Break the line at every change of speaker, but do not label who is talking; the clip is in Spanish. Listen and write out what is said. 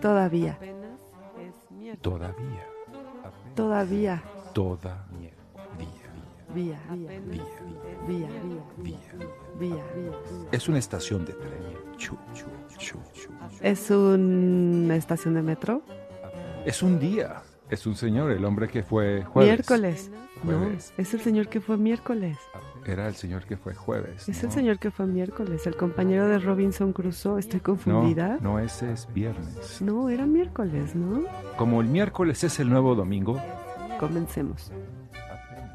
Todavía,
Apenas es miércoles.
Todavía.
todavía,
Toda.
vía, vía,
Apenas es
vía,
miércoles.
Vía.
vía.
Es una estación de tren. Chu, chu, chu, chu.
Es una estación de metro.
Es un día. Es un señor, el hombre que fue jueves.
Miércoles. No,
Jueves.
es el señor que fue miércoles.
Era el señor que fue jueves.
Es el
¿no?
señor que fue miércoles, el compañero de Robinson Crusoe. Estoy confundida.
No, no, ese es viernes.
No, era miércoles, ¿no?
Como el miércoles es el nuevo domingo,
Comencemos.